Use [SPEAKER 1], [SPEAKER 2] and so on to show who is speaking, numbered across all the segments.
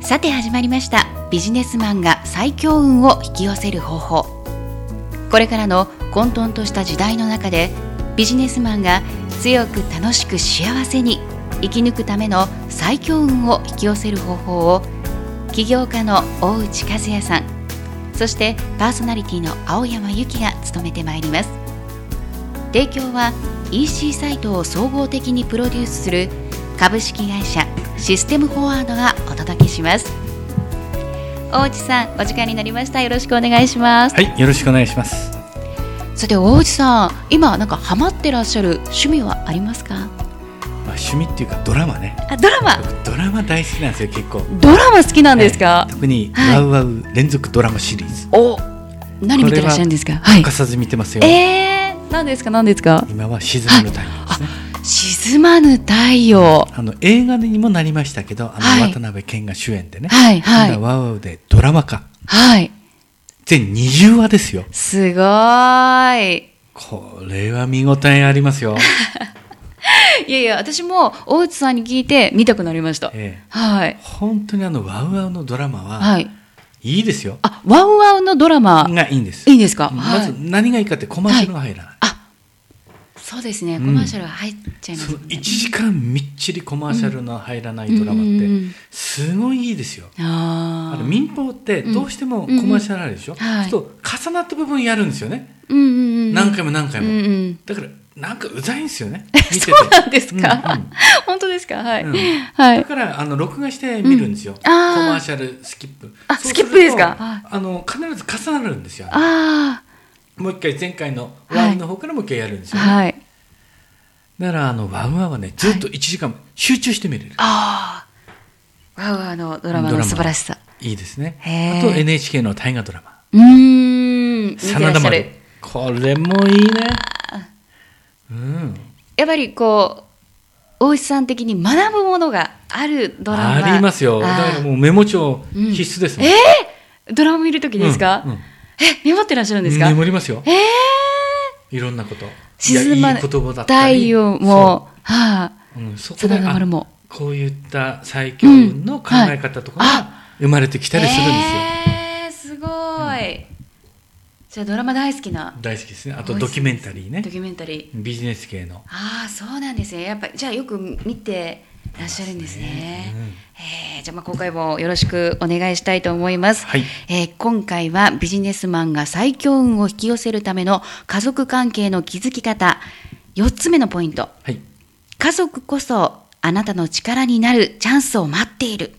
[SPEAKER 1] さて始まりましたビジネスマンが最強運を引き寄せる方法これからの混沌とした時代の中でビジネスマンが強く楽しく幸せに生き抜くための最強運を引き寄せる方法を起業家の大内和也さんそしてパーソナリティの青山由紀が務めてまいります提供は EC サイトを総合的にプロデュースする株式会社システムフォワードがお届けします大内さんお時間になりましたよろしくお願いします
[SPEAKER 2] はい、よろしくお願いします。
[SPEAKER 1] さて大内さん今なんかハマってらっしゃる趣味はありますか
[SPEAKER 2] まあ、趣味っていうかドラマね。
[SPEAKER 1] あドラマ
[SPEAKER 2] ドラマ大好きなんですよ、結構。
[SPEAKER 1] ドラマ好きなんです
[SPEAKER 2] は
[SPEAKER 1] か
[SPEAKER 2] い、特に、
[SPEAKER 1] はい
[SPEAKER 2] ワウワウ連続ドラマシリーズ。
[SPEAKER 1] お何見てらっしゃるんですかはい
[SPEAKER 2] 欠かさず見てますよ。
[SPEAKER 1] えー、何ですか何ですか
[SPEAKER 2] 今は沈まぬ太陽ですね。
[SPEAKER 1] 沈まぬ太陽
[SPEAKER 2] あの映画にもなりましたけど、あ
[SPEAKER 1] は
[SPEAKER 2] の
[SPEAKER 1] い
[SPEAKER 2] 渡辺謙が主演でね。
[SPEAKER 1] はいはい
[SPEAKER 2] 今ワウワウでドラマ化。
[SPEAKER 1] はい
[SPEAKER 2] 全20話ですよ。
[SPEAKER 1] すごーい
[SPEAKER 2] これは見応えあります よ。
[SPEAKER 1] いやいや私も大内さんに聞いて見たくなりました、
[SPEAKER 2] ええ
[SPEAKER 1] はい
[SPEAKER 2] 本当にあのワウワウのドラマは、、
[SPEAKER 1] はいい
[SPEAKER 2] いですよ。
[SPEAKER 1] あワウワウのドラマ
[SPEAKER 2] がいいんです。
[SPEAKER 1] いいですか、
[SPEAKER 2] まず
[SPEAKER 1] はい、
[SPEAKER 2] 何がいいかってコマーシャルが入らない。
[SPEAKER 1] あそうですね
[SPEAKER 2] う
[SPEAKER 1] コ
[SPEAKER 2] ん
[SPEAKER 1] マーシャルが入っちゃいます
[SPEAKER 2] そ
[SPEAKER 1] も
[SPEAKER 2] の
[SPEAKER 1] んね、
[SPEAKER 2] 1時間みっちりコマーシャルの入らないドラマ
[SPEAKER 1] うんうんう
[SPEAKER 2] っ
[SPEAKER 1] ん
[SPEAKER 2] てすごいいいですよ。
[SPEAKER 1] あ
[SPEAKER 2] あ
[SPEAKER 1] あ
[SPEAKER 2] の民放ってどうしてもコマーシャルあるでしょ、
[SPEAKER 1] うんうんはい
[SPEAKER 2] そうすると重なった部分やるんですよね、
[SPEAKER 1] うんうんうん
[SPEAKER 2] 何回も何回も、
[SPEAKER 1] うんうん
[SPEAKER 2] だからなんかうざいんですよね 見てて
[SPEAKER 1] そうなんですか、
[SPEAKER 2] うんうん
[SPEAKER 1] 本当ですかはい、
[SPEAKER 2] うん
[SPEAKER 1] はい
[SPEAKER 2] だからあの録画して見るんです
[SPEAKER 1] う
[SPEAKER 2] よ、
[SPEAKER 1] んあー
[SPEAKER 2] コマーシャルスキップ
[SPEAKER 1] あ
[SPEAKER 2] そう
[SPEAKER 1] スキップですか
[SPEAKER 2] ると
[SPEAKER 1] はい
[SPEAKER 2] あの必ず重なるんですよ
[SPEAKER 1] あ
[SPEAKER 2] もう一回前回のワンの方からもう一回やるんです
[SPEAKER 1] あ
[SPEAKER 2] よね、
[SPEAKER 1] はい
[SPEAKER 2] だからあのワンワンはねずっと1時間集中して見れる、
[SPEAKER 1] ああワウワウのドラマの素晴らしさ
[SPEAKER 2] いいですね
[SPEAKER 1] へー
[SPEAKER 2] あと NHK の大河ドラマ
[SPEAKER 1] うーん見てらっしゃ
[SPEAKER 2] 真
[SPEAKER 1] る
[SPEAKER 2] 田これもいいねうん
[SPEAKER 1] やっぱりこう大石さん的に学ぶものがあるドラマ
[SPEAKER 2] ありますよだからもうメモ帳必須ですもん、
[SPEAKER 1] ええードラマ見るときですか、
[SPEAKER 2] うんうん
[SPEAKER 1] えメモってらっしゃるんですか、
[SPEAKER 2] メモりますよ
[SPEAKER 1] ええー、
[SPEAKER 2] いろんなこと
[SPEAKER 1] 沈ま
[SPEAKER 2] い
[SPEAKER 1] ぬ
[SPEAKER 2] やいい言葉だ
[SPEAKER 1] 太
[SPEAKER 2] ったり
[SPEAKER 1] 陽もは
[SPEAKER 2] そう、うん、そ
[SPEAKER 1] あつ
[SPEAKER 2] こ
[SPEAKER 1] な
[SPEAKER 2] で
[SPEAKER 1] がる
[SPEAKER 2] あ
[SPEAKER 1] も
[SPEAKER 2] こういった最強運の考え方とか
[SPEAKER 1] うんはい
[SPEAKER 2] が生まれてきたりするんですよ、
[SPEAKER 1] えー、すごい、じゃあドラマ大好きな
[SPEAKER 2] 大好きですねあとドキュメンタリーね
[SPEAKER 1] ドキュメンタリー
[SPEAKER 2] ビジネス系の
[SPEAKER 1] ああそうなんですねやっぱりじゃあよく見てらっしゃるんですね
[SPEAKER 2] うん
[SPEAKER 1] えーじゃあまあ今回もよろしくお願いしたいと思います、
[SPEAKER 2] はい
[SPEAKER 1] えー今回はビジネスマンが最強運を引き寄せるための家族関係の築き方4つ目のポイント
[SPEAKER 2] はい
[SPEAKER 1] 家族こそあなたの力になるチャンスを待っている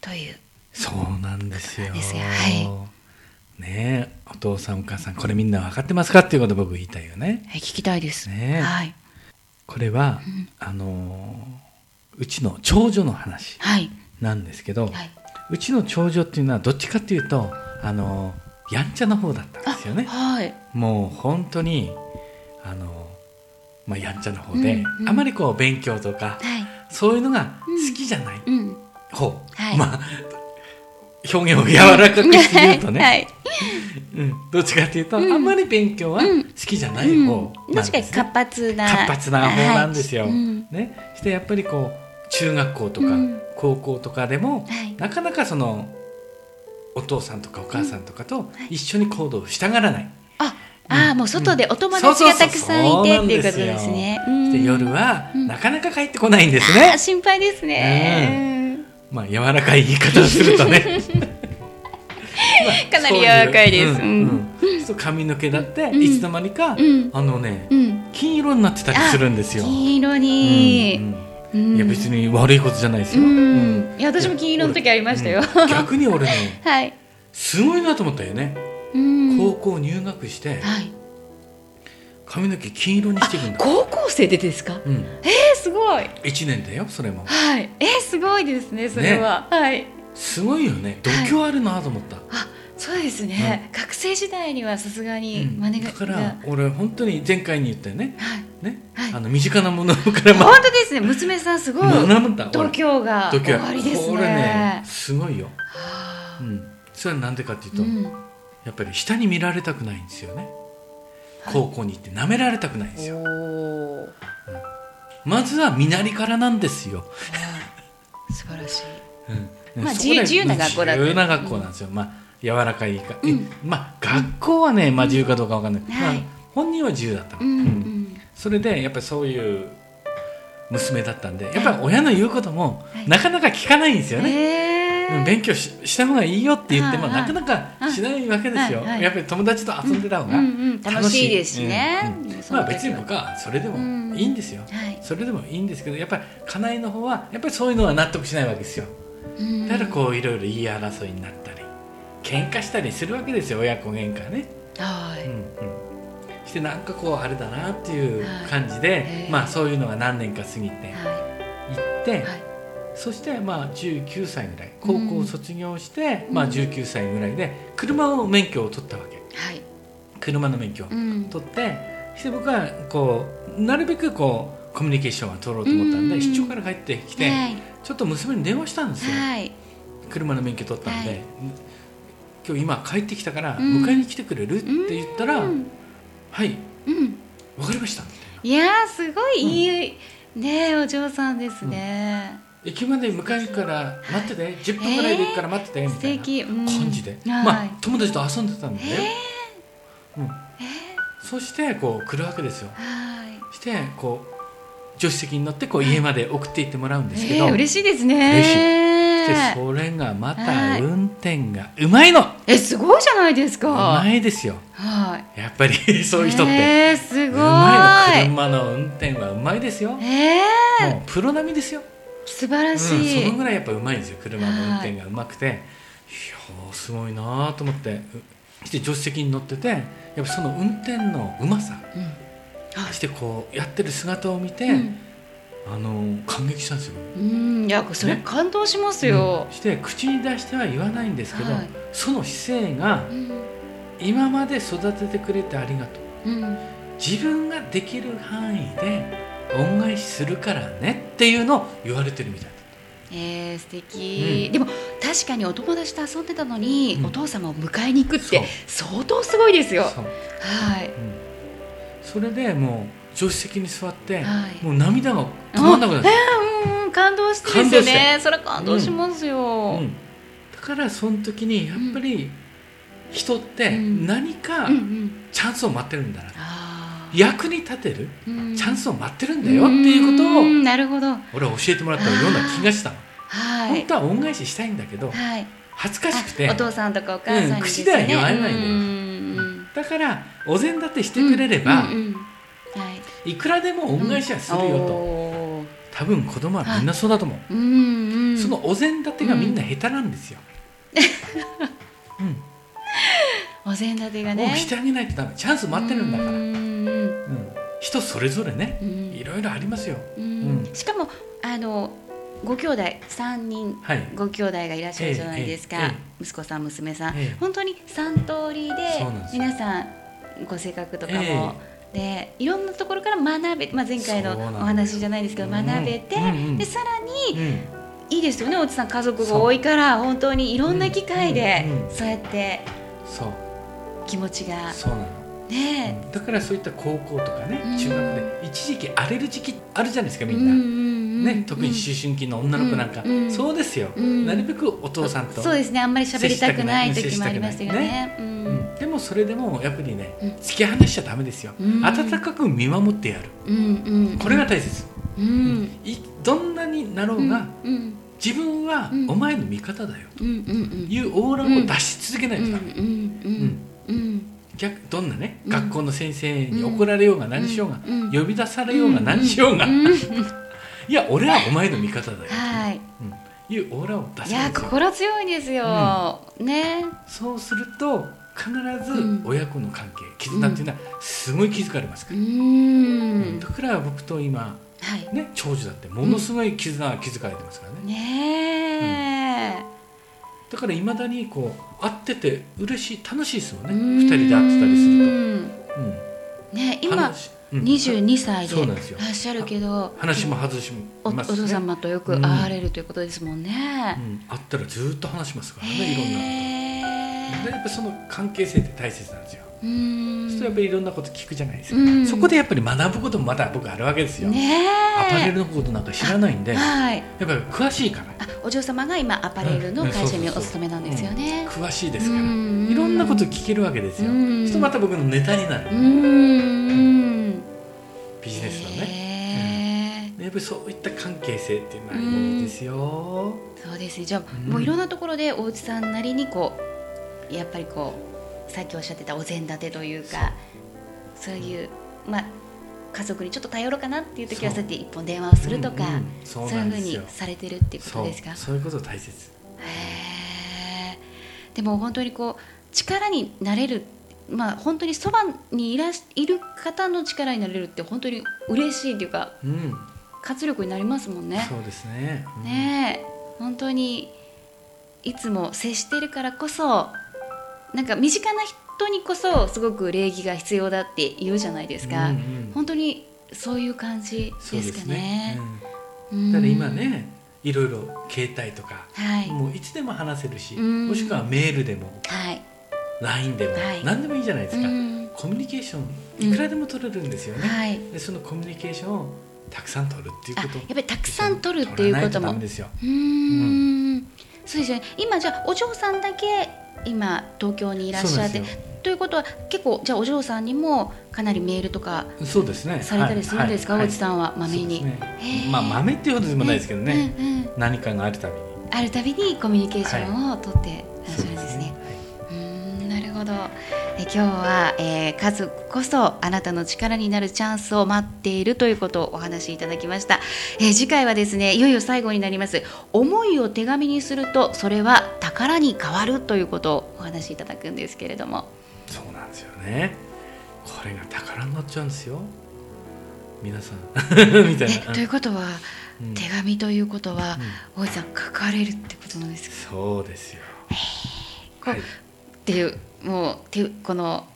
[SPEAKER 1] という
[SPEAKER 2] そうなんですよ。
[SPEAKER 1] ですよは
[SPEAKER 2] ねえお父さんお母さんこれみんな分かってますかっていうこと僕言いたいよね。
[SPEAKER 1] えー聞きたいです、
[SPEAKER 2] ねえ
[SPEAKER 1] はい
[SPEAKER 2] これは、あのーうちの長女の話
[SPEAKER 1] はい
[SPEAKER 2] なんですけど、
[SPEAKER 1] はいう
[SPEAKER 2] ちの長女っていうのはどっちかっていうとあのーやんちゃな方だったんですよね。
[SPEAKER 1] はい
[SPEAKER 2] もう本当にあのーまあやんちゃな方で、
[SPEAKER 1] うんうん
[SPEAKER 2] あまりこう勉強とか
[SPEAKER 1] はい
[SPEAKER 2] そういうのが好きじゃない
[SPEAKER 1] うん
[SPEAKER 2] 方、
[SPEAKER 1] はい
[SPEAKER 2] まあ表現を柔らかくして言うと ね。
[SPEAKER 1] はい
[SPEAKER 2] うん、どっちかっていうと、
[SPEAKER 1] うん
[SPEAKER 2] あんまり勉強は好きじゃない
[SPEAKER 1] うん
[SPEAKER 2] 方なんです、ね
[SPEAKER 1] 確かに活発な
[SPEAKER 2] 活発な方なんですよ。
[SPEAKER 1] はいうん
[SPEAKER 2] ね、してやっぱりこう中学校とか
[SPEAKER 1] うん
[SPEAKER 2] 高校とかでも、
[SPEAKER 1] はい
[SPEAKER 2] なかなかそのお父さんとかお母さんとかと
[SPEAKER 1] い
[SPEAKER 2] 一緒に行動したがらない。
[SPEAKER 1] あ、あーもう外でお友達がたくさんいてっていうことですね。
[SPEAKER 2] そうなんですよして
[SPEAKER 1] は
[SPEAKER 2] 夜は
[SPEAKER 1] うん
[SPEAKER 2] なかなか帰ってこないんですね。
[SPEAKER 1] 心配ですね。
[SPEAKER 2] まあ柔らかい言い方をすると ね。
[SPEAKER 1] かなり柔らかいです
[SPEAKER 2] そういううんうんそう髪の毛だって
[SPEAKER 1] ん
[SPEAKER 2] いつの間にか、
[SPEAKER 1] ん
[SPEAKER 2] あのね、
[SPEAKER 1] うん、
[SPEAKER 2] 金色になってたりするんですよ。
[SPEAKER 1] 金色
[SPEAKER 2] うん
[SPEAKER 1] に、う
[SPEAKER 2] うん
[SPEAKER 1] ん
[SPEAKER 2] いや別に悪いことじゃないです
[SPEAKER 1] う
[SPEAKER 2] よ。
[SPEAKER 1] ん
[SPEAKER 2] うん
[SPEAKER 1] いや私も金色の時ありましたよ。
[SPEAKER 2] うん逆に俺ね
[SPEAKER 1] はい。
[SPEAKER 2] すごいなと思ったよね。
[SPEAKER 1] うん
[SPEAKER 2] 高校入学して
[SPEAKER 1] はい。
[SPEAKER 2] 髪の毛金色にしていくんだ。
[SPEAKER 1] 高校生でですか。
[SPEAKER 2] うん、
[SPEAKER 1] えー、すごい。
[SPEAKER 2] 1年だよそれも
[SPEAKER 1] はい。えー、すごいですね。それは、はい。
[SPEAKER 2] すごいよね度胸あるなと思った、
[SPEAKER 1] あ、そうですね。学生時代にはさすがに
[SPEAKER 2] うん
[SPEAKER 1] 真似が、
[SPEAKER 2] だから俺本当に前回に言ったよね
[SPEAKER 1] はい。
[SPEAKER 2] ね、
[SPEAKER 1] はい
[SPEAKER 2] あの身近なものからま
[SPEAKER 1] 本当ですね。娘さんすごい。
[SPEAKER 2] 学んだ
[SPEAKER 1] 度胸が
[SPEAKER 2] 度
[SPEAKER 1] 終
[SPEAKER 2] 胸
[SPEAKER 1] わりです
[SPEAKER 2] これね
[SPEAKER 1] ね。
[SPEAKER 2] すごいよ、
[SPEAKER 1] はあ
[SPEAKER 2] うん、それはなんでかっていう
[SPEAKER 1] う
[SPEAKER 2] と、
[SPEAKER 1] ん
[SPEAKER 2] やっぱり下に見られたくないんですよね高校に行って舐められたくないんですよ
[SPEAKER 1] おー
[SPEAKER 2] まずは身なりからなんですよ、
[SPEAKER 1] 素晴らしい。
[SPEAKER 2] うん
[SPEAKER 1] まあ
[SPEAKER 2] そこ
[SPEAKER 1] 自由
[SPEAKER 2] で
[SPEAKER 1] 自由な学校だった
[SPEAKER 2] 自由な学校なんですよ、まあ柔らかいか、
[SPEAKER 1] うん
[SPEAKER 2] まあ学校はね、まあ、自由かどうかわかんない、
[SPEAKER 1] うん
[SPEAKER 2] まあ
[SPEAKER 1] はい
[SPEAKER 2] 本人は自由だったの、
[SPEAKER 1] うんう
[SPEAKER 2] うん
[SPEAKER 1] ん
[SPEAKER 2] それでやっぱりそういう娘だったんでやっぱり親の言うことも
[SPEAKER 1] はい
[SPEAKER 2] なかなか聞かないんですよね、
[SPEAKER 1] え
[SPEAKER 2] うん
[SPEAKER 1] ー
[SPEAKER 2] 勉強しした方がいいよって言っても
[SPEAKER 1] はいは
[SPEAKER 2] ないかなかしないわけですよ、
[SPEAKER 1] はいはい
[SPEAKER 2] やっぱり友達と遊んでた方
[SPEAKER 1] う
[SPEAKER 2] が
[SPEAKER 1] んうん楽しいですしね
[SPEAKER 2] うんうん
[SPEAKER 1] そう
[SPEAKER 2] まあ
[SPEAKER 1] です
[SPEAKER 2] 別
[SPEAKER 1] よ
[SPEAKER 2] に僕はそれでもいいんですよ、
[SPEAKER 1] はい
[SPEAKER 2] それでもいいんですけどやっぱり家内の方はやっぱりそういうのは納得しないわけですよ
[SPEAKER 1] うん
[SPEAKER 2] だからこういろいろ言い争いになったり喧嘩したりするわけですよ親子喧嘩ね、
[SPEAKER 1] はい
[SPEAKER 2] うんうん、してなんかこうあれだなっていう
[SPEAKER 1] はい
[SPEAKER 2] 感じで、
[SPEAKER 1] へえ
[SPEAKER 2] まあそういうのが何年か過ぎていっ
[SPEAKER 1] は
[SPEAKER 2] て、
[SPEAKER 1] いはい
[SPEAKER 2] そしてまあ19歳ぐらい高校を卒業して、
[SPEAKER 1] うん
[SPEAKER 2] まあ19歳ぐらいで車の免許を取ったわけ
[SPEAKER 1] はい
[SPEAKER 2] 車の免許を
[SPEAKER 1] うん
[SPEAKER 2] 取って、して僕はこうなるべくこうコミュニケーションは取ろうと思ったんで、
[SPEAKER 1] うん
[SPEAKER 2] 出張から帰ってきて、
[SPEAKER 1] はい
[SPEAKER 2] ちょっと娘に電話したんですよ、
[SPEAKER 1] はい
[SPEAKER 2] 車の免許取ったんで、
[SPEAKER 1] はい
[SPEAKER 2] 今日今帰ってきたから
[SPEAKER 1] うん
[SPEAKER 2] 迎えに来てくれるって言ったら、
[SPEAKER 1] うん
[SPEAKER 2] はい
[SPEAKER 1] うん
[SPEAKER 2] わかりましたみたいない
[SPEAKER 1] やーすごいいい、ねえお嬢さんですね、
[SPEAKER 2] 駅まで迎えに行くから待ってて10分ぐらいで行くから待っててみ
[SPEAKER 1] 素
[SPEAKER 2] たいな
[SPEAKER 1] 敵、うん、
[SPEAKER 2] 感じで、ま
[SPEAKER 1] は
[SPEAKER 2] あ
[SPEAKER 1] い、
[SPEAKER 2] 友達と遊んでたんだよ、うん
[SPEAKER 1] え
[SPEAKER 2] そしてこう来るわけですよ
[SPEAKER 1] はい
[SPEAKER 2] してこう助手席に乗ってこう家まで送っていってもらうんですけど、
[SPEAKER 1] えー嬉しいですね
[SPEAKER 2] 嬉しいで
[SPEAKER 1] え
[SPEAKER 2] それがま
[SPEAKER 1] は
[SPEAKER 2] た
[SPEAKER 1] い
[SPEAKER 2] 運転がうまいのう
[SPEAKER 1] すごいじゃないですか
[SPEAKER 2] まいですよ
[SPEAKER 1] はい
[SPEAKER 2] やっぱりそういう人って、
[SPEAKER 1] えー、す
[SPEAKER 2] う
[SPEAKER 1] ご
[SPEAKER 2] まいの
[SPEAKER 1] い
[SPEAKER 2] 車の運転はうまいですよ、
[SPEAKER 1] えー、
[SPEAKER 2] もうプロ並みですよ、
[SPEAKER 1] 素晴
[SPEAKER 2] う
[SPEAKER 1] ら
[SPEAKER 2] ん、
[SPEAKER 1] し
[SPEAKER 2] そ
[SPEAKER 1] い、
[SPEAKER 2] のぐらいやっぱうまいんですよ車の運転がうまくて、い、やーすごいなーと思ってうして助手席に乗っててやっぱその運転のうまさ
[SPEAKER 1] うん
[SPEAKER 2] そしてこうやってる姿を見て、
[SPEAKER 1] うん
[SPEAKER 2] あの感激したんですよ。
[SPEAKER 1] うんいやそれ
[SPEAKER 2] ね
[SPEAKER 1] 感動しますよ、
[SPEAKER 2] うんして口に出しては言わないんですけど、
[SPEAKER 1] はい
[SPEAKER 2] その姿勢が
[SPEAKER 1] うん
[SPEAKER 2] 今まで育ててくれてありがとう
[SPEAKER 1] うん
[SPEAKER 2] 自分ができる範囲で恩返しするからねっていうのを言われてるみたい
[SPEAKER 1] えー、素敵、
[SPEAKER 2] うん
[SPEAKER 1] でも確かにお友達と遊んでたのに、
[SPEAKER 2] うん
[SPEAKER 1] お父様を迎えに行くっ
[SPEAKER 2] そう
[SPEAKER 1] て相当すごいですよ
[SPEAKER 2] なそう、
[SPEAKER 1] はい
[SPEAKER 2] うんそれでもう助手席に座って、
[SPEAKER 1] はい
[SPEAKER 2] もう涙が止まんなくなって、
[SPEAKER 1] うんうん感動してですよ
[SPEAKER 2] 感動し
[SPEAKER 1] ねそれ感動しますよ、
[SPEAKER 2] うんだからその時にやっぱり人って
[SPEAKER 1] うん
[SPEAKER 2] 何か
[SPEAKER 1] うんうん
[SPEAKER 2] チャンスを待ってるんだな、
[SPEAKER 1] あー
[SPEAKER 2] 役に立てる
[SPEAKER 1] うん
[SPEAKER 2] チャンスを待ってるんだよっていうことを
[SPEAKER 1] うんなるほど
[SPEAKER 2] 俺は教えてもらったような気がしたの、
[SPEAKER 1] は
[SPEAKER 2] 本
[SPEAKER 1] い
[SPEAKER 2] 当は恩返ししたいんだけど
[SPEAKER 1] はい
[SPEAKER 2] 恥ずかしくて
[SPEAKER 1] あお父さんとかお母さんに、
[SPEAKER 2] うん口では言わないんだよ
[SPEAKER 1] うん
[SPEAKER 2] だからお膳立てしてくれれ
[SPEAKER 1] う
[SPEAKER 2] ば、
[SPEAKER 1] んうんはい
[SPEAKER 2] いくらでも恩返しはするよと、
[SPEAKER 1] と
[SPEAKER 2] 多分子供はみんなそうだと思う、
[SPEAKER 1] うんうん
[SPEAKER 2] そのお膳立てがみんな下手なんですよ、うん
[SPEAKER 1] お膳立てが
[SPEAKER 2] も
[SPEAKER 1] ね
[SPEAKER 2] うしてあげないとダメチャンス待ってるんだから、
[SPEAKER 1] う
[SPEAKER 2] うん
[SPEAKER 1] ん
[SPEAKER 2] 人それぞれね
[SPEAKER 1] うん
[SPEAKER 2] いろいろありますよ
[SPEAKER 1] うん
[SPEAKER 2] う
[SPEAKER 1] しかもあのご兄弟三人
[SPEAKER 2] はい
[SPEAKER 1] ご兄弟がいらっしゃるじゃないです
[SPEAKER 2] ええ
[SPEAKER 1] か
[SPEAKER 2] え、
[SPEAKER 1] 息子さん娘さん、
[SPEAKER 2] ええ
[SPEAKER 1] 本当に三通りで
[SPEAKER 2] そうなんですよ
[SPEAKER 1] 皆さんご性格とかも、
[SPEAKER 2] え
[SPEAKER 1] でいろんなところから学べ、まあ、前回の
[SPEAKER 2] そうなんですよ
[SPEAKER 1] お話じゃないですけど学べて、
[SPEAKER 2] うんうんうん
[SPEAKER 1] でさらに
[SPEAKER 2] うん
[SPEAKER 1] いいですよねおじさん家族が
[SPEAKER 2] そう
[SPEAKER 1] 多いから本当にいろんな機会で、
[SPEAKER 2] うんうん
[SPEAKER 1] そうやって
[SPEAKER 2] そう
[SPEAKER 1] 気持ちが
[SPEAKER 2] そうなの、
[SPEAKER 1] ね
[SPEAKER 2] うんだからそういった高校とかね
[SPEAKER 1] うん
[SPEAKER 2] 中学で一時期荒れる時期あるじゃないですか
[SPEAKER 1] え
[SPEAKER 2] みんな、
[SPEAKER 1] うんうんうん
[SPEAKER 2] ね、特に思春期の女の子なんか、
[SPEAKER 1] うんうん
[SPEAKER 2] そうですよ、
[SPEAKER 1] うん
[SPEAKER 2] なるべくお父さんと
[SPEAKER 1] そうですねあんまり喋りたくない
[SPEAKER 2] 接
[SPEAKER 1] 時
[SPEAKER 2] し
[SPEAKER 1] もあ
[SPEAKER 2] た
[SPEAKER 1] り
[SPEAKER 2] くな
[SPEAKER 1] ま
[SPEAKER 2] い
[SPEAKER 1] したよね。うん
[SPEAKER 2] うんでもそれでもやっぱりね、
[SPEAKER 1] うん
[SPEAKER 2] 突き放しちゃダメですよ、
[SPEAKER 1] うん
[SPEAKER 2] 温かく見守ってやる
[SPEAKER 1] うんうん、
[SPEAKER 2] これが大切、
[SPEAKER 1] うん
[SPEAKER 2] いどんなになろうが、
[SPEAKER 1] うん
[SPEAKER 2] 自分は
[SPEAKER 1] うん
[SPEAKER 2] お前の味方だよ
[SPEAKER 1] うんうんうん
[SPEAKER 2] というオーラを出し続けないとダメ、
[SPEAKER 1] うんうんうん
[SPEAKER 2] 逆どんなね、
[SPEAKER 1] うん
[SPEAKER 2] 学校の先生に怒られようが何しようが、
[SPEAKER 1] うん
[SPEAKER 2] 呼び出されようが何しようが、
[SPEAKER 1] んんん
[SPEAKER 2] いや俺はお前の味方だよ
[SPEAKER 1] はい
[SPEAKER 2] というオーラを出
[SPEAKER 1] い
[SPEAKER 2] す
[SPEAKER 1] や
[SPEAKER 2] んですよ
[SPEAKER 1] 心強いですよ、ね
[SPEAKER 2] そうすると必
[SPEAKER 1] うん
[SPEAKER 2] ず親子の関係絆っていうのはすごい気づかれます
[SPEAKER 1] う
[SPEAKER 2] から、
[SPEAKER 1] ん
[SPEAKER 2] だから僕と今
[SPEAKER 1] はい
[SPEAKER 2] ね長女だってものすごい絆は気づかれてますからね、
[SPEAKER 1] ねえ、
[SPEAKER 2] だからいまだにこう会ってて嬉しい楽しいですよね
[SPEAKER 1] うん
[SPEAKER 2] 二人で会ってたりする
[SPEAKER 1] る
[SPEAKER 2] と、うん、
[SPEAKER 1] とね今
[SPEAKER 2] 話うん
[SPEAKER 1] 22歳
[SPEAKER 2] そう
[SPEAKER 1] で
[SPEAKER 2] なんですよ
[SPEAKER 1] いらっしゃるけど
[SPEAKER 2] 話も外し
[SPEAKER 1] おお
[SPEAKER 2] ますね
[SPEAKER 1] 父様とよく会われるということですもん
[SPEAKER 2] う
[SPEAKER 1] ね、
[SPEAKER 2] ん、会ったらずっと話しますからねいろんな
[SPEAKER 1] へえ
[SPEAKER 2] でやっぱその関係性って大切なんですよ
[SPEAKER 1] ううーん
[SPEAKER 2] そうするとやっぱりいろんなこと聞くじゃないですか、
[SPEAKER 1] うん
[SPEAKER 2] そこでやっぱり学ぶこともまだ僕あるわけですよ、
[SPEAKER 1] ねえ
[SPEAKER 2] アパレルのことなんか知らないんでやっ
[SPEAKER 1] はい
[SPEAKER 2] ぱり詳しいから
[SPEAKER 1] あお嬢様が今アパレルの会社にお勤めなんですよね、
[SPEAKER 2] 詳しいですから、
[SPEAKER 1] うん
[SPEAKER 2] いろんなこと聞けるわけですよ、
[SPEAKER 1] う
[SPEAKER 2] そ
[SPEAKER 1] ん
[SPEAKER 2] うするとまた僕のネタになる、
[SPEAKER 1] うーん
[SPEAKER 2] ビジネスのね
[SPEAKER 1] ね
[SPEAKER 2] やっぱりそういった関係性っていうのはいいですよ、
[SPEAKER 1] そうですねじゃあ、
[SPEAKER 2] うん
[SPEAKER 1] もういろんなところで大内さんなりにこうやっぱりこうさっきおっしゃってたお膳立てというかそういう、まあ家族にちょっと頼ろうかなっていう時はそう
[SPEAKER 2] そう
[SPEAKER 1] やって一本電話をするとか、
[SPEAKER 2] うんうんそう
[SPEAKER 1] そうい
[SPEAKER 2] な
[SPEAKER 1] うんふう
[SPEAKER 2] です
[SPEAKER 1] に
[SPEAKER 2] よ
[SPEAKER 1] されてるっていうこと
[SPEAKER 2] そう
[SPEAKER 1] ですか
[SPEAKER 2] そういうこと大切
[SPEAKER 1] へーでも本当にこう力になれるまあ本当にそばにいらしいる方の力になれるって本当に嬉しいというか
[SPEAKER 2] うん
[SPEAKER 1] 活力になりますもんね。
[SPEAKER 2] そうですねうん
[SPEAKER 1] ねえ本当にいつも接してるからこそなんか身近な人にこそすごく礼儀が必要だって言うじゃないですか、
[SPEAKER 2] うんうん
[SPEAKER 1] 本当にそういう感じ
[SPEAKER 2] そう
[SPEAKER 1] で
[SPEAKER 2] ですす
[SPEAKER 1] か
[SPEAKER 2] ね
[SPEAKER 1] ね。
[SPEAKER 2] うんただ
[SPEAKER 1] う
[SPEAKER 2] 今
[SPEAKER 1] ん
[SPEAKER 2] ねいろいろ携帯とか、
[SPEAKER 1] はい、
[SPEAKER 2] もういつでも話せるし、
[SPEAKER 1] うん
[SPEAKER 2] もしくはメールでも
[SPEAKER 1] はい、
[SPEAKER 2] LINE でも、
[SPEAKER 1] はい
[SPEAKER 2] 何でもいいじゃないですか、
[SPEAKER 1] うん
[SPEAKER 2] コミュニケーションいくらでも取れるんですよね、
[SPEAKER 1] はい
[SPEAKER 2] でそのコミュニケーションをたくさん取るっていう
[SPEAKER 1] あ
[SPEAKER 2] こ
[SPEAKER 1] や
[SPEAKER 2] と
[SPEAKER 1] っぱりたくさん取るっていうこ
[SPEAKER 2] 取ら
[SPEAKER 1] と
[SPEAKER 2] ない
[SPEAKER 1] も
[SPEAKER 2] ダメですよ
[SPEAKER 1] うーんそうですよね今じゃあお嬢さんだけ今東京にいらっしゃっ
[SPEAKER 2] そう
[SPEAKER 1] て
[SPEAKER 2] なんですよ
[SPEAKER 1] ということは結構じゃあお嬢さんにもかなりメールとか
[SPEAKER 2] そうですね
[SPEAKER 1] されたりするんですか、
[SPEAKER 2] はい
[SPEAKER 1] 大内さんはまめに、
[SPEAKER 2] そうですね
[SPEAKER 1] へー
[SPEAKER 2] まあまめっていうほどでもないですけどね、
[SPEAKER 1] うんうん
[SPEAKER 2] 何かがあるたびに
[SPEAKER 1] あるたびにコミュニケーションを取ってらっしゃるんですね、う
[SPEAKER 2] はい、
[SPEAKER 1] ーんなるほどえ今日は、えー家族こそあなたの力になるチャンスを待っているということをお話しいただきました、えー次回はですねいよいよ最後になります思いを手紙にするとそれは宝に変わるということをお話しいただくんですけれども
[SPEAKER 2] そうなんですよねこれが宝になっちゃうんですよ皆さん みた
[SPEAKER 1] え
[SPEAKER 2] いな
[SPEAKER 1] ということは、
[SPEAKER 2] うん
[SPEAKER 1] 手紙ということは、大井さん書かれるってことなんですか
[SPEAKER 2] そうですよ
[SPEAKER 1] こう
[SPEAKER 2] はい
[SPEAKER 1] っていうもうてこの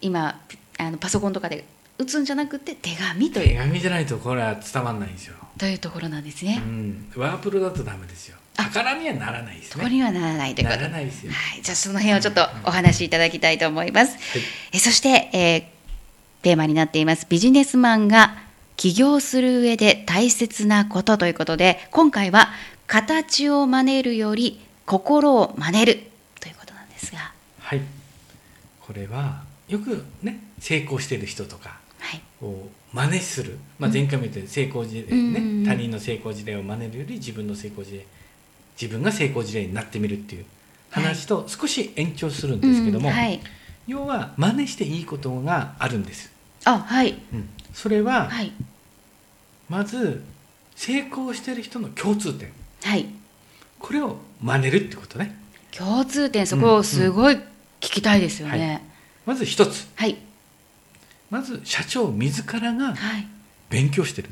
[SPEAKER 1] 今あのパソコンとかで打つんじゃなくて手紙と
[SPEAKER 2] 手
[SPEAKER 1] いう
[SPEAKER 2] 紙じゃないとこれは伝わんないんですよ、
[SPEAKER 1] というところなんです
[SPEAKER 2] う
[SPEAKER 1] ね。
[SPEAKER 2] ん、ワープロだとダメですよ
[SPEAKER 1] あ
[SPEAKER 2] 宝にはならないです
[SPEAKER 1] そこ
[SPEAKER 2] ね
[SPEAKER 1] にはならないというこ
[SPEAKER 2] な
[SPEAKER 1] とで
[SPEAKER 2] らないですよ
[SPEAKER 1] はい、じゃあその辺をちょっとお話しいただきたいと思います。えそして、えーテーマになっていますビジネスマンが起業する上で大切なことということで今回は形を真似るより心を真似るということなんですが、
[SPEAKER 2] はいこれはよくね成功してる人とか
[SPEAKER 1] はい、
[SPEAKER 2] を真似する、まあ、前回も言ったように成功事例
[SPEAKER 1] うん
[SPEAKER 2] ね、
[SPEAKER 1] うんうん
[SPEAKER 2] 他人の成功事例を真似るより自分の成功事例自分が成功事例になってみるっていう話と少し延長するんですけども、
[SPEAKER 1] うんはい、
[SPEAKER 2] 要は真似していいことがあるんです、
[SPEAKER 1] あはい
[SPEAKER 2] うんそれは
[SPEAKER 1] はい
[SPEAKER 2] まず成功してる人の共通点
[SPEAKER 1] はい
[SPEAKER 2] これを真似るってことね
[SPEAKER 1] 共通点そこをすごい聞きたいですよね。
[SPEAKER 2] まず一つ
[SPEAKER 1] はい、
[SPEAKER 2] まず社長自らが
[SPEAKER 1] はい、
[SPEAKER 2] 勉強してる、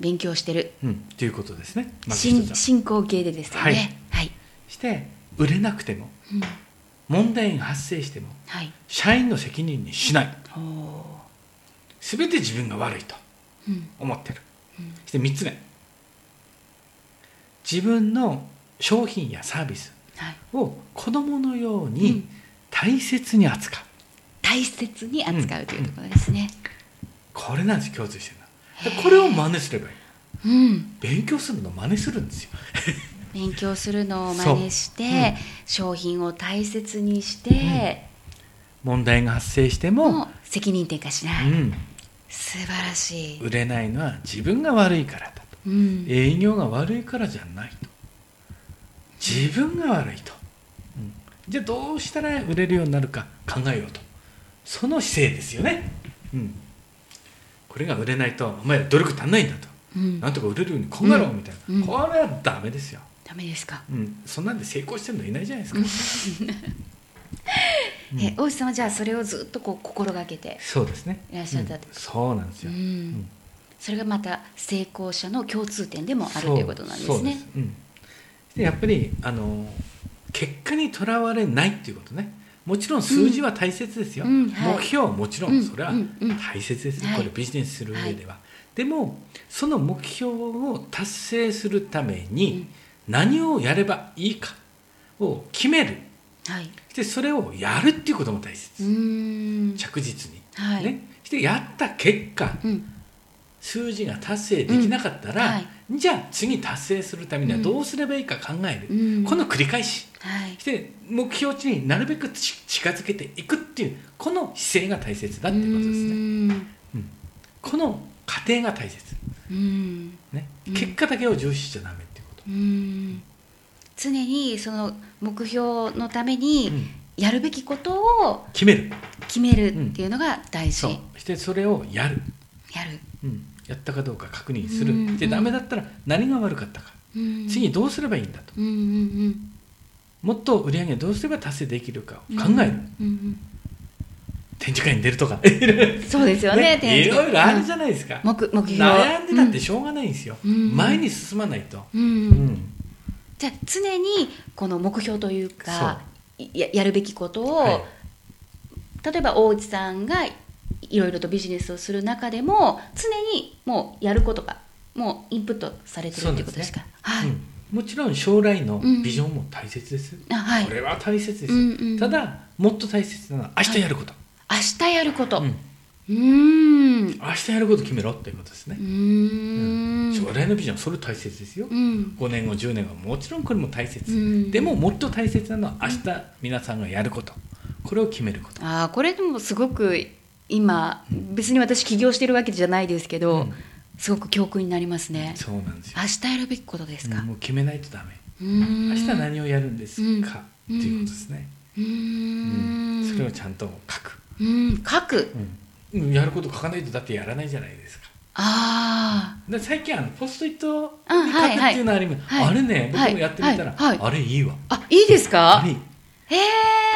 [SPEAKER 1] 勉強してる、
[SPEAKER 2] うん、っていうことですねまず一
[SPEAKER 1] 進
[SPEAKER 2] つは
[SPEAKER 1] 進行形でですよね。はい、
[SPEAKER 2] して売れなくても
[SPEAKER 1] うん
[SPEAKER 2] 問題が発生しても
[SPEAKER 1] はい、
[SPEAKER 2] 社員の責任にしない
[SPEAKER 1] おお
[SPEAKER 2] 全て自分が悪いと
[SPEAKER 1] ー、うん、
[SPEAKER 2] 思ってる
[SPEAKER 1] うん
[SPEAKER 2] そして3つ目自分の商品やサービス
[SPEAKER 1] はい、
[SPEAKER 2] を子供のよう
[SPEAKER 1] う
[SPEAKER 2] に
[SPEAKER 1] ん
[SPEAKER 2] 大切に扱う、
[SPEAKER 1] 大切に扱うというところですね。
[SPEAKER 2] これなんです共通してるの
[SPEAKER 1] へ
[SPEAKER 2] で
[SPEAKER 1] ー
[SPEAKER 2] これを真似すればいい
[SPEAKER 1] うん、
[SPEAKER 2] 勉強するの真似するんですよ
[SPEAKER 1] 勉強するのを真似して、商品を大切にして、
[SPEAKER 2] 問題が発生して
[SPEAKER 1] も
[SPEAKER 2] も、
[SPEAKER 1] う責任転嫁し
[SPEAKER 2] う
[SPEAKER 1] ない。
[SPEAKER 2] ん、
[SPEAKER 1] 素晴らしい。
[SPEAKER 2] 売れないのは自分が悪いからだと
[SPEAKER 1] うん、
[SPEAKER 2] 営業が悪いからじゃないと自分が悪いと、うんじゃあどうしたら売れるようになるか考えようとその姿勢ですよね、うん、これが売れないとお前ら努力足んないんだと、
[SPEAKER 1] うん
[SPEAKER 2] なんとか売れるように考えろ
[SPEAKER 1] うん
[SPEAKER 2] みたいな、
[SPEAKER 1] うん
[SPEAKER 2] これはダメですよ、
[SPEAKER 1] ダメですか。
[SPEAKER 2] うん、そんなんで成功してるのいないじゃないですか、うん
[SPEAKER 1] え、大石さんはじゃあそれをずっとこう心がけて
[SPEAKER 2] そうですね
[SPEAKER 1] いらっしゃった
[SPEAKER 2] うんそうなんですよ、
[SPEAKER 1] うん
[SPEAKER 2] うん
[SPEAKER 1] それがまた成功者の共通点でもあるということなんで
[SPEAKER 2] そう
[SPEAKER 1] す
[SPEAKER 2] そう
[SPEAKER 1] ね
[SPEAKER 2] で。うんでやっぱりあの結果にとらわれないっていうことねもちろん数字は大切ですよ、
[SPEAKER 1] うんうんはい
[SPEAKER 2] 目標はもちろ
[SPEAKER 1] うん
[SPEAKER 2] んそれは
[SPEAKER 1] うんうん
[SPEAKER 2] 大切です、
[SPEAKER 1] はい
[SPEAKER 2] これビジネスする上では、でもその目標を達成するために何をやればいいかを決める
[SPEAKER 1] はい
[SPEAKER 2] そしてそれをやるっていうことも大
[SPEAKER 1] う
[SPEAKER 2] 切、
[SPEAKER 1] ーん
[SPEAKER 2] 着実に、
[SPEAKER 1] はい
[SPEAKER 2] ね、そしてやった結果
[SPEAKER 1] うん
[SPEAKER 2] 数字が達成できなかったら、
[SPEAKER 1] うんは
[SPEAKER 2] じゃあ次達成するためには
[SPEAKER 1] うん
[SPEAKER 2] どうすればいいか考える、
[SPEAKER 1] うん
[SPEAKER 2] この繰り返し
[SPEAKER 1] はい
[SPEAKER 2] そして目標値になるべくち近づけていくっていうこの姿勢が大切だっていうことですね
[SPEAKER 1] ね
[SPEAKER 2] この過程が大切、
[SPEAKER 1] うん
[SPEAKER 2] ね
[SPEAKER 1] うん
[SPEAKER 2] 結果だけを重視しちゃダメっていうこと、
[SPEAKER 1] うん常にその目標のため
[SPEAKER 2] う
[SPEAKER 1] に
[SPEAKER 2] ん
[SPEAKER 1] やるべきことを
[SPEAKER 2] 決める
[SPEAKER 1] 決めるっていうのが大事、
[SPEAKER 2] そうそしてそれをやる、
[SPEAKER 1] やる、
[SPEAKER 2] うんやったかどうか確認する、
[SPEAKER 1] うん
[SPEAKER 2] でダメだったら何が悪かったか、
[SPEAKER 1] うん、
[SPEAKER 2] 次どうすればいいんだと
[SPEAKER 1] うんうん
[SPEAKER 2] もっと売り上げをどうすれば達成できるかを
[SPEAKER 1] うん
[SPEAKER 2] 考える、
[SPEAKER 1] うん
[SPEAKER 2] 展示会に出るとか
[SPEAKER 1] うん、そうですよ ね
[SPEAKER 2] いろいろあるじ
[SPEAKER 1] ゃ
[SPEAKER 2] ゃないですか、
[SPEAKER 1] 目目標
[SPEAKER 2] 悩んでたってしょうがないんですよ、
[SPEAKER 1] うん
[SPEAKER 2] 前に進まないと、
[SPEAKER 1] うんうん
[SPEAKER 2] うん
[SPEAKER 1] じゃあ常にこの目標というかいややるべきことを、
[SPEAKER 2] はい
[SPEAKER 1] 例えば大内さんがいろいろとビジネスをする中でも常にもうやることがもうインプットされてるってことですかはい、
[SPEAKER 2] うんもちろん将来のビジョンも大切です、
[SPEAKER 1] あはい
[SPEAKER 2] これは大切です、
[SPEAKER 1] うんうん
[SPEAKER 2] ただもっと大切なのは明日やること、
[SPEAKER 1] 明日やること
[SPEAKER 2] うん
[SPEAKER 1] うーんう
[SPEAKER 2] 明日やること決めろっていうことですね
[SPEAKER 1] ー、ん
[SPEAKER 2] 将来のビジョンそれ大切ですよ、
[SPEAKER 1] うん
[SPEAKER 2] 5年後10年後もちろんこれも大切、
[SPEAKER 1] うん
[SPEAKER 2] でももっと大切なのは明日皆さんがやることこれを決めること、
[SPEAKER 1] あーこれでもすごく今別に私起業してるわけじゃないですけど、
[SPEAKER 2] うん
[SPEAKER 1] すごく教訓になりますね
[SPEAKER 2] そうなんですよ、
[SPEAKER 1] 明日やるべきことですか、
[SPEAKER 2] うんもう決めないとダメ
[SPEAKER 1] 明
[SPEAKER 2] 明日何をやるんですか、
[SPEAKER 1] うん
[SPEAKER 2] っていうことですね、
[SPEAKER 1] うーん
[SPEAKER 2] それをちゃんと書く、
[SPEAKER 1] うん書く
[SPEAKER 2] うんやること書かないとだってやらないじゃないですか
[SPEAKER 1] あ
[SPEAKER 2] で最近あのポストイットに
[SPEAKER 1] うん
[SPEAKER 2] 書く
[SPEAKER 1] は
[SPEAKER 2] っ
[SPEAKER 1] いはい
[SPEAKER 2] ていうのあります、
[SPEAKER 1] はい
[SPEAKER 2] あれね僕
[SPEAKER 1] はい
[SPEAKER 2] もやってみたら、
[SPEAKER 1] はいはい
[SPEAKER 2] あれいいわ
[SPEAKER 1] ーあいいですか
[SPEAKER 2] あれいい
[SPEAKER 1] へえ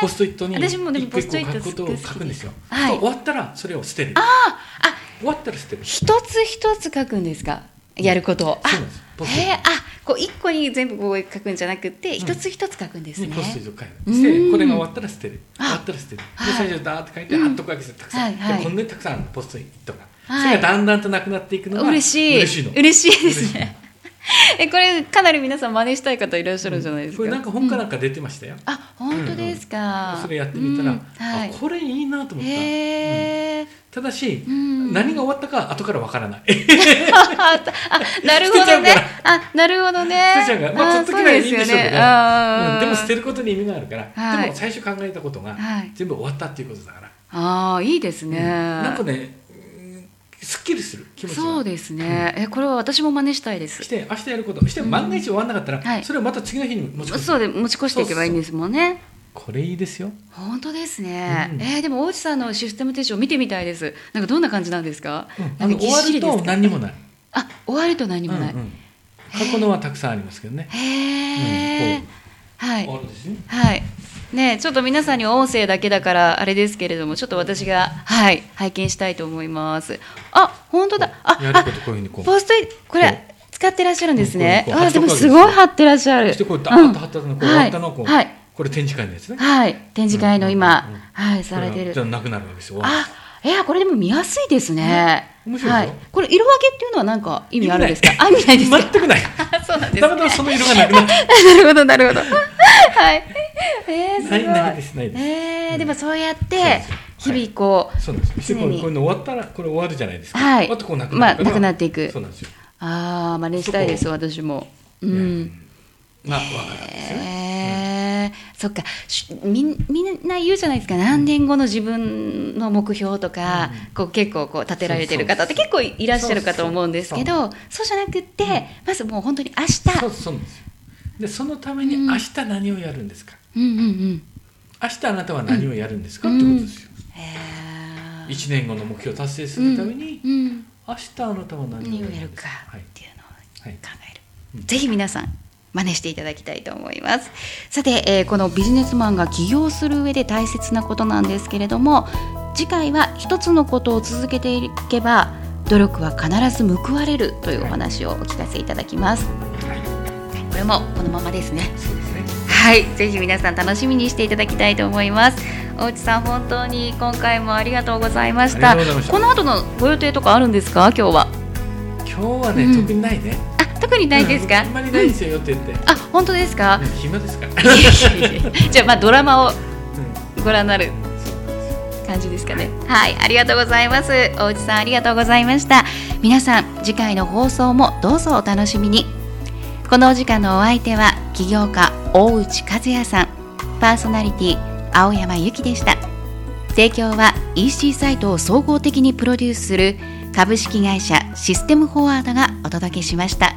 [SPEAKER 2] ポストイットに
[SPEAKER 1] 私もでも
[SPEAKER 2] 一個
[SPEAKER 1] ポ
[SPEAKER 2] 一個
[SPEAKER 1] ストイット
[SPEAKER 2] 書くことを書くんですよ
[SPEAKER 1] 好きですはい
[SPEAKER 2] そう終わったらそれを捨てる終わったら捨てるそ
[SPEAKER 1] 一つ一つ書くんですかやることをあ
[SPEAKER 2] うなんですポストイ
[SPEAKER 1] へえ
[SPEAKER 2] ッ
[SPEAKER 1] あこう一個に全部こう書くんじゃなくて一つ一つ書くんです
[SPEAKER 2] トに
[SPEAKER 1] ね、
[SPEAKER 2] ポストイットを書いて
[SPEAKER 1] うん
[SPEAKER 2] してこれが終わったら捨てる
[SPEAKER 1] あ
[SPEAKER 2] 終わったら捨てるで
[SPEAKER 1] はい
[SPEAKER 2] 最初ダーって書いて
[SPEAKER 1] うん
[SPEAKER 2] 貼っとくわけですよたくさん、
[SPEAKER 1] はいはい
[SPEAKER 2] でこんなにたくさんあるのポストイットが、
[SPEAKER 1] はい
[SPEAKER 2] それがだんだんとなくなっていくのが
[SPEAKER 1] 嬉しい
[SPEAKER 2] 嬉しいの
[SPEAKER 1] 嬉しいですね えこれかなり皆さん真似したい方いらっしゃるんじゃないですか、
[SPEAKER 2] これなんか本かなんか出てましたよ、
[SPEAKER 1] あ本当ですか、
[SPEAKER 2] それやってみたら、
[SPEAKER 1] うんはい
[SPEAKER 2] あこれいいなと思った、
[SPEAKER 1] へえ、
[SPEAKER 2] ただし、
[SPEAKER 1] ん
[SPEAKER 2] 何が終わったかは後からわからない
[SPEAKER 1] あなるほどね
[SPEAKER 2] 捨てちゃうか。
[SPEAKER 1] あ、なるほどね。
[SPEAKER 2] 捨てちゃうから
[SPEAKER 1] ー
[SPEAKER 2] まあ取っとけばいいんでしょうけど
[SPEAKER 1] そうですよねあー
[SPEAKER 2] うんでも捨てることに意味があるから、
[SPEAKER 1] はい
[SPEAKER 2] でも最初考えたことが
[SPEAKER 1] はい
[SPEAKER 2] 全部終わったっていうことだから、
[SPEAKER 1] あーいいですね。
[SPEAKER 2] なんかねうんすっきりする気持ちが
[SPEAKER 1] そうですね。え、これは私も真似したいです
[SPEAKER 2] し。て明日やることして万が一終わんなかったら、
[SPEAKER 1] はい
[SPEAKER 2] それをまた次の日に持ち込む
[SPEAKER 1] そうで持ち越していけばいいんですもんね。
[SPEAKER 2] これいいですよ
[SPEAKER 1] 本当ですね。
[SPEAKER 2] うん
[SPEAKER 1] えーでも大内さんのシステム手帳見てみたいです。なんかどんな感じなんですか。
[SPEAKER 2] あ
[SPEAKER 1] なん
[SPEAKER 2] の
[SPEAKER 1] かぎ
[SPEAKER 2] 終
[SPEAKER 1] っ
[SPEAKER 2] わ
[SPEAKER 1] しり
[SPEAKER 2] る
[SPEAKER 1] です
[SPEAKER 2] と
[SPEAKER 1] か
[SPEAKER 2] 何にもない
[SPEAKER 1] あ、終わると何もない。
[SPEAKER 2] うんうん過去のはたくさんありますけどね、
[SPEAKER 1] へえ、
[SPEAKER 2] うんこ
[SPEAKER 1] はい。
[SPEAKER 2] 終わるんですよ
[SPEAKER 1] はい。ねえ、ちょっと皆さんに音声だけだからあれですけれども、ちょっと私がはい拝見したいと思います。あ、本当だ。あ、
[SPEAKER 2] やる
[SPEAKER 1] あ
[SPEAKER 2] ことこういうふうにこう
[SPEAKER 1] ポストイこ
[SPEAKER 2] こ
[SPEAKER 1] れ使ってらっしゃるんですね。
[SPEAKER 2] うんこうこう
[SPEAKER 1] あ、でも
[SPEAKER 2] 貼っとくわけです
[SPEAKER 1] す
[SPEAKER 2] よ
[SPEAKER 1] ごい貼ってらっしゃる。
[SPEAKER 2] そしてこうダーッと貼ったの
[SPEAKER 1] うん
[SPEAKER 2] こう終わったのをこう、
[SPEAKER 1] はいはい
[SPEAKER 2] これ展示会のやつね
[SPEAKER 1] はい、展示会の今、
[SPEAKER 2] うんうんうん
[SPEAKER 1] はいされて
[SPEAKER 2] じゃ
[SPEAKER 1] る。
[SPEAKER 2] なくなるわけですよ
[SPEAKER 1] あ、いやこれでも見やすいですね。
[SPEAKER 2] うん面白い
[SPEAKER 1] は
[SPEAKER 2] よ
[SPEAKER 1] い。これ色分けっていうのはなんか意味あるんですか。あ、意味ないですか。
[SPEAKER 2] 全くない
[SPEAKER 1] あ、そうなんです
[SPEAKER 2] たま
[SPEAKER 1] ね。
[SPEAKER 2] たまその色がなくなって
[SPEAKER 1] なるほどなるほど。はい。えー、すごい。
[SPEAKER 2] ないないですないです
[SPEAKER 1] えー、でもそうやっ
[SPEAKER 2] そう
[SPEAKER 1] て
[SPEAKER 2] ですよ
[SPEAKER 1] 日々こう、
[SPEAKER 2] そうなんです
[SPEAKER 1] 常
[SPEAKER 2] よこう
[SPEAKER 1] に
[SPEAKER 2] こういうの終わったらこれ終わるじゃないですか、
[SPEAKER 1] はい
[SPEAKER 2] あとこうなく
[SPEAKER 1] ま
[SPEAKER 2] な
[SPEAKER 1] あ
[SPEAKER 2] るから、
[SPEAKER 1] なくなっていく
[SPEAKER 2] そうなんですよ、
[SPEAKER 1] ああ真似したいです私も。う
[SPEAKER 2] いや
[SPEAKER 1] ん。
[SPEAKER 2] まあわからんですよね、
[SPEAKER 1] えーそっかしみんみんな言うじゃないですか何年後の自分の目標とか、こう結構こう立てられてる方って
[SPEAKER 2] そう
[SPEAKER 1] 結構いらっしゃるかと思うんですけどそうじゃなくって、まずもう本当に明日
[SPEAKER 2] そうそうなんですよでそのために明日何をやるんですか、
[SPEAKER 1] うんうんうん
[SPEAKER 2] 明日あなたは何をやるんですか、ってことですよ
[SPEAKER 1] えー
[SPEAKER 2] 一年後の目標を達成するために、
[SPEAKER 1] うん、
[SPEAKER 2] 明日あなたは何を
[SPEAKER 1] 何
[SPEAKER 2] や
[SPEAKER 1] を
[SPEAKER 2] る
[SPEAKER 1] やる
[SPEAKER 2] んです
[SPEAKER 1] か
[SPEAKER 2] か、はい
[SPEAKER 1] っていうのを
[SPEAKER 2] はい
[SPEAKER 1] 考える、ぜひ皆さん真似していただきたいと思いますさて、えーこのビジネスマンが起業する上で大切なことなんですけれども次回は一つのことを続けていけば努力は必ず報われるというお話をお聞かせいただきます、これもこのままですね
[SPEAKER 2] そうですね
[SPEAKER 1] はいぜひ皆さん楽しみにしていただきたいと思います大内さん本当に今回もありがとうございました
[SPEAKER 2] ありがとうございました
[SPEAKER 1] この後のご予定とかあるんですか今日は
[SPEAKER 2] 今日はね、
[SPEAKER 1] うん
[SPEAKER 2] 特にないね
[SPEAKER 1] あ特にないですか
[SPEAKER 2] うんあんまりないですよって言って、
[SPEAKER 1] あ本当ですか
[SPEAKER 2] うん、暇ですから、
[SPEAKER 1] いえいえい えじゃあまあドラマを
[SPEAKER 2] うん
[SPEAKER 1] ご覧になる感じですかねはいありがとうございます大内さんありがとうございました皆さん次回の放送もどうぞお楽しみにこのお時間のお相手は起業家大内和也さんパーソナリティ青山由紀でした提供は EC サイトを総合的にプロデュースする株式会社システムフォワードがお届けしました。